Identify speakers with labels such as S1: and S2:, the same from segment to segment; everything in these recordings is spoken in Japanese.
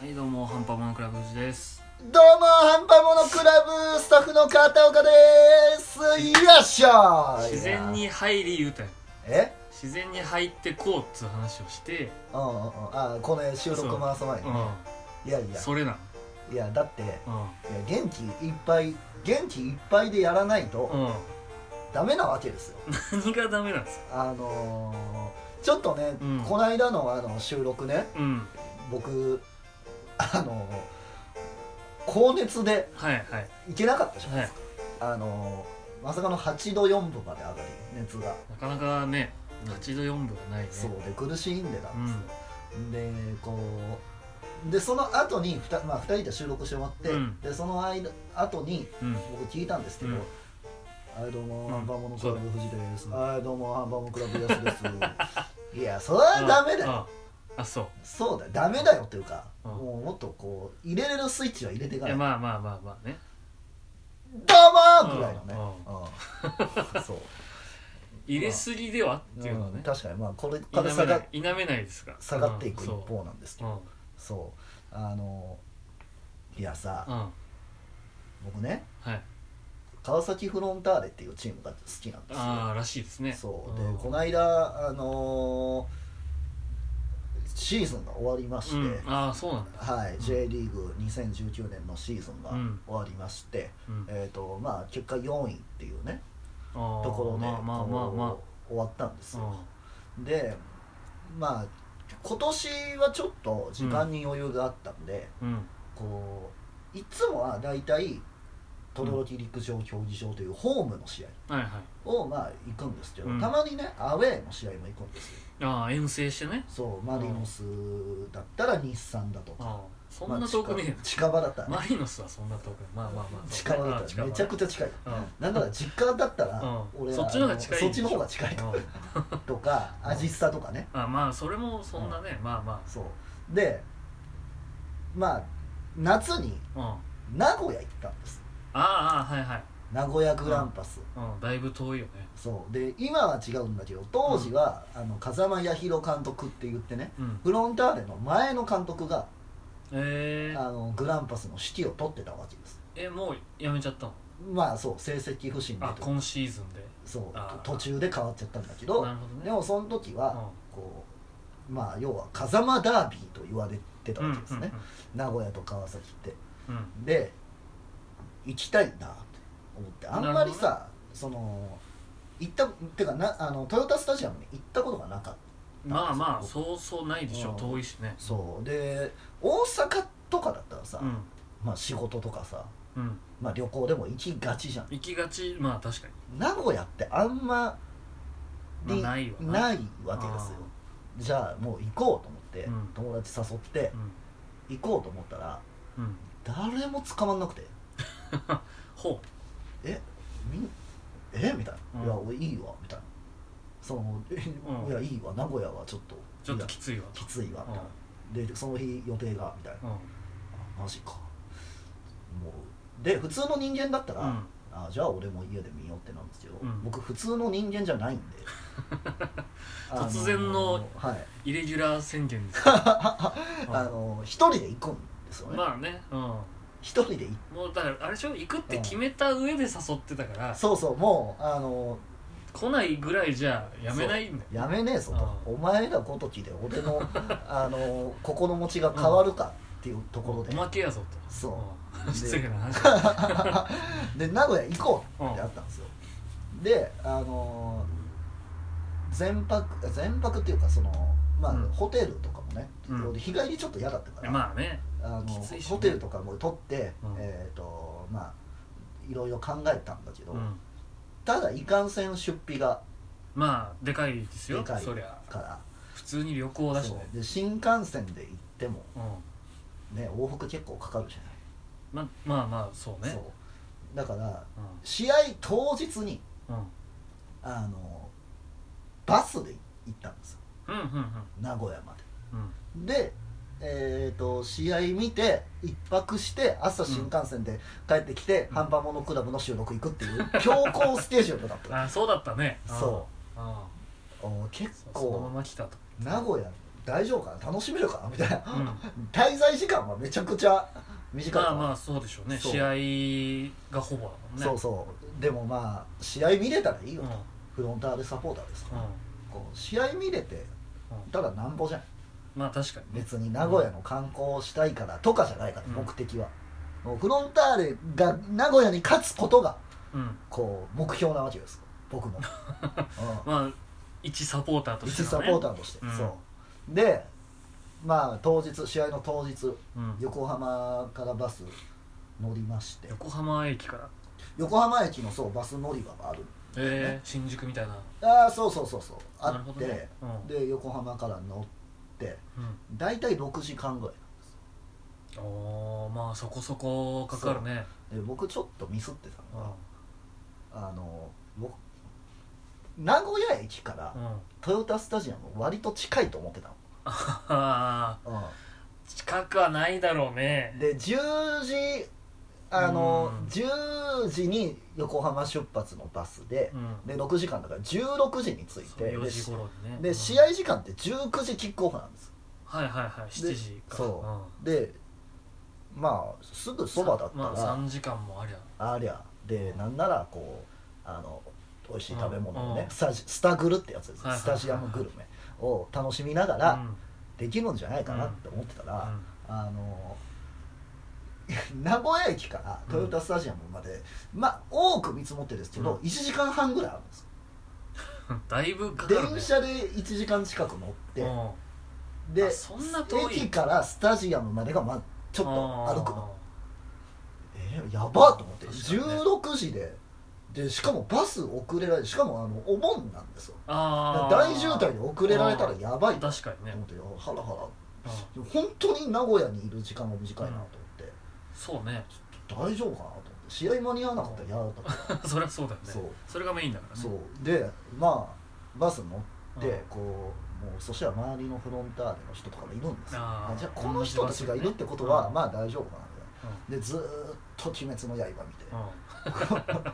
S1: はいどうもハンパモノクラブ藤です
S2: どうもハンパモノクラブスタッフの片岡ですいらっしゃい
S1: 自然に入り言うたよ
S2: え
S1: 自然に入ってこうっつう話をして
S2: うんうんうんあこの収録回す前に
S1: う
S2: いやい
S1: ん
S2: や
S1: それなん
S2: いやだっていや
S1: う
S2: 元気いっぱい元気いっぱいでやらないと
S1: んうん
S2: ダメなわけですよ
S1: 何がダメなんですか
S2: あのー、ちょっとね、
S1: うん
S2: こないだのあの収録ね
S1: うん
S2: 僕あのー、高熱で
S1: はいはい
S2: いけなかったじゃん
S1: はい
S2: あのー、まさかの8度4分まで上がり熱が
S1: なかなかね8度4分がないね
S2: そうで苦しんでた
S1: うん
S2: ですよ、
S1: ん
S2: でこうでその後に 2,、まあ、2人で収録してもらっ
S1: う
S2: て、
S1: ん
S2: でその間後に
S1: うん
S2: 僕聞いたんですけど
S1: うん
S2: 「はいどうも
S1: うん
S2: ハンバモノクラブ藤です」
S1: うん
S2: はいどうもハンバモクラブ安です」いやそれはダメだよ
S1: ああそう
S2: そうだよダメだよっていうか、
S1: うん
S2: もうもっとこう入れれるスイッチは入れていか
S1: い
S2: ない
S1: や
S2: 「
S1: まあまあまあまあね
S2: どうも!」ぐらいのね、
S1: う
S2: うん そう、
S1: 入れすぎではっていうのは
S2: うん
S1: ね
S2: 確かにまあこれ
S1: 否
S2: から下
S1: めな
S2: が
S1: い否めないですから
S2: 下がっていく
S1: うん
S2: 一
S1: そう
S2: 方なんですけ
S1: う
S2: ど、
S1: ん
S2: そうあのいやさ、
S1: うん
S2: 僕ね
S1: はい
S2: 川崎フロンターレっていうチームが好きなんですよ
S1: ああらしいですね
S2: そうで
S1: ん
S2: この間あのーシーズンが終わりまして、
S1: うん、ああそうなんだ
S2: はい、J リーグ2019年のシーズンが
S1: うん
S2: 終わりまして、
S1: うん
S2: えーとまあ、結果4位っていうね
S1: あー
S2: ところで、
S1: まあまあまあま
S2: こう終わったんです
S1: あ
S2: よ、でまあ今年はちょっと時間に余裕があったんで、
S1: うんうん
S2: こういつもは大体轟陸上競技場というホームの試合
S1: はいはい
S2: をまあ行くんですけど、
S1: うん
S2: たまにねアウェーの試合も行くんですよ
S1: ああ遠征してね
S2: そうマリノスだったら日産だとか、
S1: ああそんな遠くねえよ
S2: まあ近 近場だったら、ね
S1: マリノスはそんな遠くないまあまあまあ
S2: 近場だったらめちゃくちゃ近い、
S1: う
S2: なんなら実家だったら、
S1: うん
S2: 俺は
S1: そっちの方が近い
S2: そっちの方が近
S1: ゃ
S2: いとか、
S1: うん
S2: アジスタとかね
S1: あまあそれもそんなねまあま
S2: そうでまあ夏に
S1: あうんあ
S2: 名古屋行ったんです
S1: あああはいはい
S2: 名古屋グランパス、
S1: うんだいぶ遠いよね
S2: そうで今は違うんだけど当時は、あの風間彌弘監督って言ってね
S1: うん
S2: フロンターレの前の監督が
S1: えー
S2: あのグランパスの指揮を取ってたわけです
S1: えもうやめちゃったの
S2: まあそう成績不振で
S1: あ今シーズンで
S2: そう
S1: あー
S2: 途中で変わっちゃったんだけど
S1: なるほどね
S2: でもその時はこうまあ要は風間ダービーと言われてた
S1: うん
S2: わけですね、名古屋と川崎って
S1: うんうん
S2: で行きたいなと思ってあんまりさ、その行ったてかなあのトヨタスタジアムに行ったことがなかった
S1: うんまあまあ
S2: そ
S1: そうそうないでしょ
S2: うん
S1: 遠いしね
S2: そうで大阪とかだったらさ、
S1: うん
S2: まあ仕事とかさ、
S1: うん
S2: まあ、旅行でも行きがちじゃん
S1: 行きがちまあ確か
S2: 名古屋ってあんま
S1: に、
S2: り
S1: まあ、ないわ
S2: ないわけですよじゃあもう行こうと思って、
S1: うん
S2: 友達誘って
S1: うん
S2: 行こうと思ったら
S1: うん
S2: 誰も捕まんなくて
S1: ほ
S2: みんえみたいな「
S1: うん
S2: いや俺いいわ」みたいな「そのえ
S1: うん
S2: いやいいわ名古屋はちょっと
S1: うちょっと
S2: いや
S1: きついわ
S2: きついわ」みたいなでその日予定がみたいな
S1: うんうん
S2: 「あマジか」もうで普通の人間だったら、
S1: うん
S2: あじゃあ俺も家で見ようってなんですけど、
S1: うん
S2: 僕普通の人間じゃないんであ
S1: 突然の
S2: はい
S1: イレギュラー宣言ですうん
S2: あの一人で行くんですよね
S1: まあねうん
S2: 一、人で行っ
S1: もうだからあれでしょ行くって決めた上で誘ってたから
S2: そうそうもうあの
S1: 来ないぐらいじゃやめないんだよ
S2: やめねえぞと、
S1: う
S2: お前らごときで俺のあの心持ちが変わるかっていうところで、
S1: おまけやぞと
S2: そ
S1: うん
S2: で
S1: 失礼な話
S2: で名古屋行こうってあったんですよ、であの全泊全泊っていうかそのまあ、
S1: うん
S2: ホテルとかもね、
S1: うん
S2: 日帰りちょっと嫌だったから、
S1: まあね
S2: あの
S1: きついしね
S2: ホテルとかも取って、
S1: うん
S2: えっ、とまあいろいろ考えたんだけど、
S1: うん
S2: ただいかんせん出費が
S1: まあでかいですよ
S2: でかい
S1: そりゃ
S2: から
S1: 普通に旅行だし
S2: そ
S1: ね
S2: うで新幹線で行っても
S1: うん
S2: ね往復結構かかるじゃない
S1: ままあまあそうね
S2: そうだから
S1: う
S2: 試合当日に
S1: んうん
S2: あのバスで行ったんですよ
S1: うんうん
S2: 名古屋ま
S1: うんうん
S2: ででえー、と試合見て一泊して朝新幹線で帰ってきて、
S1: うん
S2: ハンバモノクラブの収録行くっていう強行スケジュール だった
S1: あそうだったね
S2: そう
S1: うんうん
S2: おー結
S1: そのま
S2: 構
S1: ま来たと
S2: 名古屋大丈夫かな楽しめるかなみたいな
S1: うん
S2: 滞在時間はめちゃくちゃ短い
S1: まあ
S2: から
S1: まあそうでしょうね
S2: そう
S1: 試合がほぼだもんね
S2: そうそうでもまあ試合見れたらいいよ、
S1: うんうん
S2: フロンターレサポーターですから、こう試合見れて
S1: うん
S2: ただなんぼじゃん
S1: まあ確かにね
S2: 別に名古屋の観光をしたいからとかじゃないから、
S1: うん
S2: 目的はもうフロンターレが名古屋に勝つことが
S1: うん
S2: こう目標なわけです 僕の、う
S1: まあ一サポーター
S2: ん、
S1: として
S2: 一
S1: は
S2: サ
S1: ね
S2: ポーターとして、
S1: うん
S2: そうでまあ当日試合の当日
S1: うん
S2: 横浜からバス乗りまして
S1: 横浜駅から
S2: 横浜駅のそうバス乗り場がある
S1: ええ新宿みたいな
S2: ああそうそうそうそう
S1: な
S2: あ
S1: るほ
S2: っ
S1: ど
S2: て、
S1: ねうん
S2: で横浜から乗って
S1: うん
S2: 大体6時間ぐらい
S1: おーまあそこそこかかるね
S2: で僕ちょっとミスってた
S1: う
S2: のが、あの僕名古屋駅から
S1: ん うん
S2: トヨタスタジアム割と近いと思ってたの、
S1: はは近くはないだろうね
S2: で10時あの
S1: うん
S2: 10時に横浜出発のバスで
S1: うん
S2: で6時間だから16時に着い
S1: そう
S2: て
S1: 4
S2: で
S1: 時頃にねう
S2: で
S1: ん
S2: 試合時間って19時キックオフなんです
S1: はいはいはい7時か
S2: そうでまあすぐそばだったら、
S1: まあ3時間もありゃ
S2: ありゃでなんならこうあの美味しい食べ物をね、
S1: うん
S2: スタジスタグルってやつです、
S1: はいはいはい
S2: スタジアムグルメを楽しみなが
S1: う
S2: ら
S1: ん
S2: できるんじゃないかなって思ってた
S1: う
S2: ら、
S1: ん
S2: あの 名古屋駅からトヨタスタジアムまで、まあ多く見積もってですけ
S1: う
S2: ど、
S1: ん
S2: 1時間半ぐらいあるんですよ
S1: だいぶかかる、ね、
S2: 電車で1時間近く乗って、
S1: うん
S2: で
S1: あそんな遠い
S2: 駅からスタジアムまでが、まあ、ちょっと歩くのえーやばっと思って、
S1: 確かにね
S2: 16時ででしかもバス遅れられるしかもあのお盆なんですよ
S1: あー
S2: 大渋滞で遅れられたらやばいと
S1: 確かにね、
S2: 思ってハラハ
S1: うん
S2: ラ本当に名古屋にいる時間が短いなと思って、
S1: そうね
S2: 大丈夫かなと思って試合間に合わなかったら嫌だったから、
S1: そりゃそうだよね
S2: そう
S1: れがメインだからね
S2: そうでまあバス乗って、
S1: うん
S2: こうもうそしたら周りのフロンターレの人とかもいるんですよ
S1: あー
S2: あじゃあこの人たちがいるってことは、
S1: うん
S2: まあ大丈夫かなみたいなでずーっと「鬼滅の刃」見て、
S1: うんうん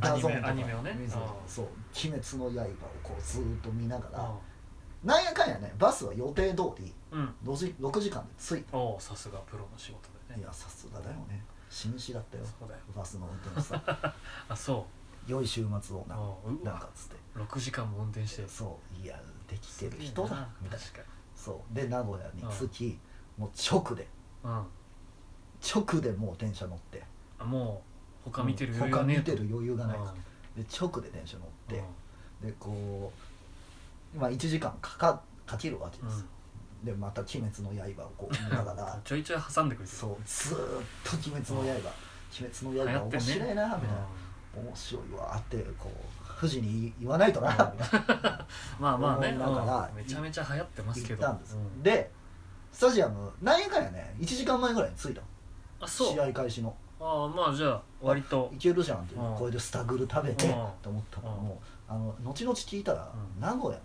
S2: 画像とか
S1: アニメアニメをね
S2: 水野
S1: うん
S2: そう「鬼滅の刃」をこうずーっと見ながら
S1: あ
S2: なんやかんやねバスは予定通り
S1: ーうん
S2: 6時 ,6 時間で着い
S1: おおさすがプロの仕事で
S2: たい
S1: ね
S2: やさすがだよね紳士だったよ
S1: そうだよ
S2: バスの運転手さん
S1: あそ
S2: 良い週末をな
S1: うんうわ
S2: なんかっつって
S1: う6時間も運転して
S2: そういやできてる人だみたいな
S1: 確か
S2: そうで名古屋に着きもう直で
S1: にうん
S2: 直でもう電車乗って
S1: あもう他見てる
S2: 余
S1: 余裕はね
S2: 裕
S1: え
S2: 見てる余裕がない
S1: うん
S2: からで直で電車乗って
S1: うん
S2: でこうまあ1時間かかかけるわけですよでまた「鬼滅の刃」をこう見なが
S1: う
S2: ら
S1: ん ちょいちょい挟んでくれてる
S2: そうずーっと「鬼滅の刃」鬼滅の
S1: 流
S2: 刃
S1: 行」って
S2: 面
S1: んね
S2: 白いなみたいな、面白いわーってこう富士に言わないとなみたいな
S1: うんまあまあね
S2: 思いながら
S1: うんめちゃめちゃ流行ってますけ
S2: 言っ
S1: ど
S2: たんです、
S1: うん
S2: でスタジアムなんやかんやね1時間前ぐらいに着いたの
S1: あそう
S2: 試合開始の
S1: ああまあじゃあ割と
S2: いけるじゃんっていう
S1: うん
S2: これでスタグル食べて
S1: うん
S2: と思ったのもあの後々聞いたら
S1: うん
S2: 名古屋の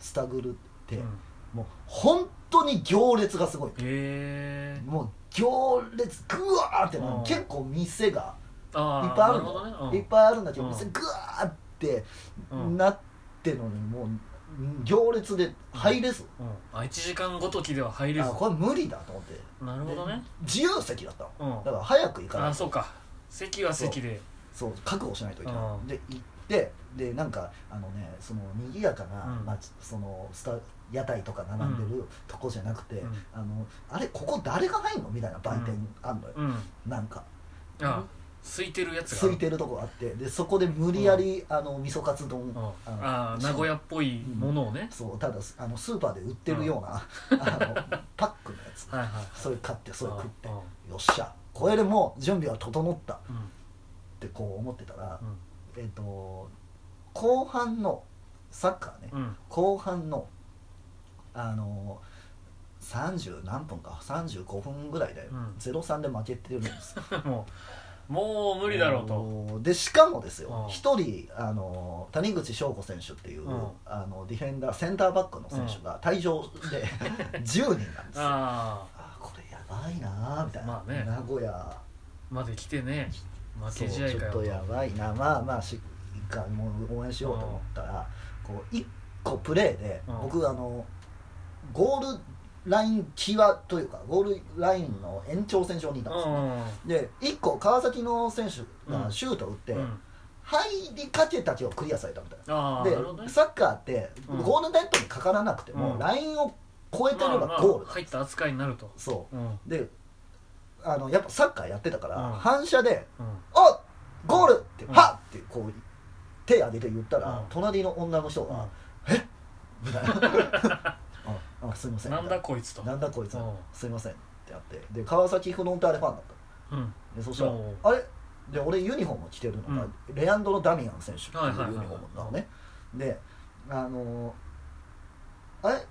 S2: スタグルって
S1: うんへ
S2: もう本当に行列がすごい
S1: え
S2: もう行列ぐわーってなる
S1: うん
S2: 結構店が
S1: ああ
S2: いっぱいあ
S1: な
S2: る
S1: るほどね
S2: の、
S1: うん
S2: いっぱいあるんだけど、
S1: うん
S2: 店ぐわーって
S1: うん
S2: なってのにもう行列で入れず、
S1: うんあ1時間ごときでは入れ
S2: あ
S1: ず
S2: これ無理だと思って
S1: なるほどね
S2: で自由席だったの、
S1: うん
S2: だから早く行か
S1: あ
S2: な
S1: あ
S2: いと
S1: そうか席は席で
S2: そう覚悟しないといけない、
S1: うん
S2: で行ってでなんかあのねその賑やかな、
S1: うん
S2: まあ、そのスタ屋台とか並んでるとこじゃなくて、
S1: うん
S2: あのあれここ誰が入んのみたいな売店あんのよ、
S1: うん
S2: なんか
S1: あ空いてるやつが
S2: 空いてるとこあってでそこで無理やり、あの味噌カツ丼、
S1: うん
S2: の
S1: ああ名古屋っぽいものをね
S2: そうただあのスーパーで売ってるような、あのパックのやつ
S1: はいはいはい
S2: それ買ってそれ食って
S1: うん
S2: よっしゃこれでもう準備は整ったっ
S1: うん
S2: てこう思ってたら
S1: う、ん
S2: えっ、と後半のサッカーね、
S1: うん
S2: 後半のあの30何分か35分ぐらいで、
S1: うん
S2: 03で負けてるんですよ
S1: もうも う無理だろうと
S2: でしかもですよ
S1: うん
S2: 一人あの谷口翔子選手っていう、
S1: うん
S2: あのディフェンダーセンターバックの選手が退場で 10人なんですよ
S1: ああ
S2: あこれやばいなーみたいな、
S1: まあね
S2: 名古屋
S1: まで来てね負
S2: そ
S1: け
S2: う
S1: 試合
S2: ち
S1: か
S2: ょっ
S1: よ
S2: と
S1: と
S2: やばいなまあまあし一回もう応援しようと思ったらこう一個プレーで
S1: うん
S2: 僕あのゴールライン際というかゴールラインの延長線上にいたんですよ、で1個川崎の選手がシュートを打って、入りかけたけをクリアされたみたい
S1: あ
S2: な
S1: あ
S2: で
S1: なるほどね
S2: サッカーって
S1: うん
S2: ゴールネットにかからなくても、
S1: うん
S2: ラインを越えてれ
S1: ま
S2: ば
S1: あまあ
S2: ゴールだ、
S1: 入った扱いになると
S2: そ
S1: うんうん
S2: うであのやっぱサッカーやってたから、
S1: うん
S2: 反射で「おっゴール!」って「
S1: うん
S2: はっ!」ってこう手挙げて言ったら、
S1: うん
S2: 隣の女の人
S1: うん
S2: が「えみたい な「ああすいません」
S1: なんだこいつと
S2: なんだこいつ
S1: うん
S2: すいません」ってやってで川崎フロンターレファンだった
S1: うん
S2: でそしたら
S1: おう
S2: 「あれ?」で俺ユニフォームを着てるのが、レアンドロ・ダミアン選手っていう
S1: は
S2: ユ
S1: い
S2: ニ
S1: はいはいはい
S2: フォームなのねであのーあれ?」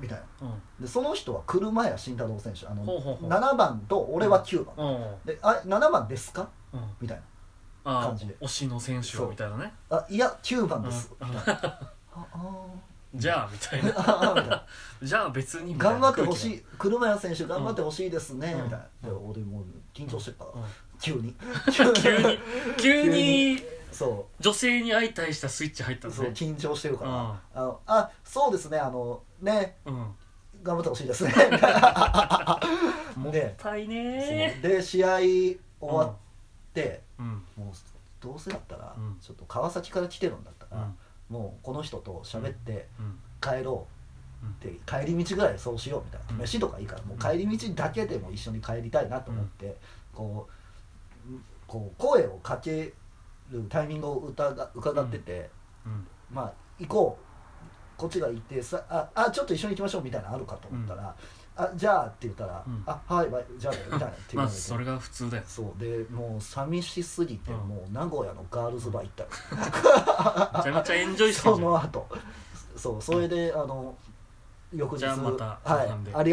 S2: みたいな
S1: うん
S2: でその人は車谷慎太郎選手あの
S1: ほうほうほう
S2: 7番と俺は9番、
S1: うん
S2: で「あれ7番ですか?
S1: うん」
S2: みたいな
S1: ああ
S2: 感じで
S1: 推しの選手をみたいなね
S2: 「あいや9番です」
S1: うん
S2: みたいな「ああ
S1: じゃあみたい
S2: ー
S1: な
S2: あー」みた いな
S1: じゃあ別にみたい
S2: 頑
S1: な
S2: 張ってほし
S1: 空気
S2: い車谷選手頑張ってほしいですね、
S1: うん
S2: みたいなで
S1: う
S2: 俺もう緊張してるから、
S1: がうん
S2: 急に
S1: 急 に急に
S2: そ
S1: 女性に相対したスイッチ入った
S2: う
S1: の
S2: そう
S1: ね
S2: 緊張してるから、あのあそうですねあのね
S1: うんも
S2: 頑張ってほしい ですねみたいな
S1: っ
S2: で
S1: たい
S2: そ
S1: ね
S2: うで試合終
S1: ー
S2: わって、
S1: うん
S2: もうどうせだったら、
S1: うん
S2: ちょっと川崎から来てるんだった
S1: う
S2: ら、
S1: ん
S2: もうこの人と喋って
S1: うん
S2: 帰ろうって帰り道ぐらいそうしようみたいな、
S1: うん
S2: 飯とかいいからもう帰り道だけでも一緒に帰りたいなと思って、こうんこう声をかけるタイミングを疑伺ってて、
S1: うん
S2: まあ行こうこっちが行ってさああちょっと一緒に行きましょうみたいなのあるかと思ったら、あじゃあって言ったら、
S1: うん
S2: あはいはいじゃあねみたいなって 言
S1: ま
S2: わ
S1: あ
S2: れて
S1: それが普通だよ
S2: そうでもう寂しすぎて、
S1: うん
S2: もう名古屋のガールズバー行っ
S1: め
S2: たよ
S1: ちゃめちゃエンジョ イして
S2: そ
S1: るじゃん
S2: の後そうそれであの翌日
S1: じゃあまた
S2: は
S1: 後半で
S2: いあり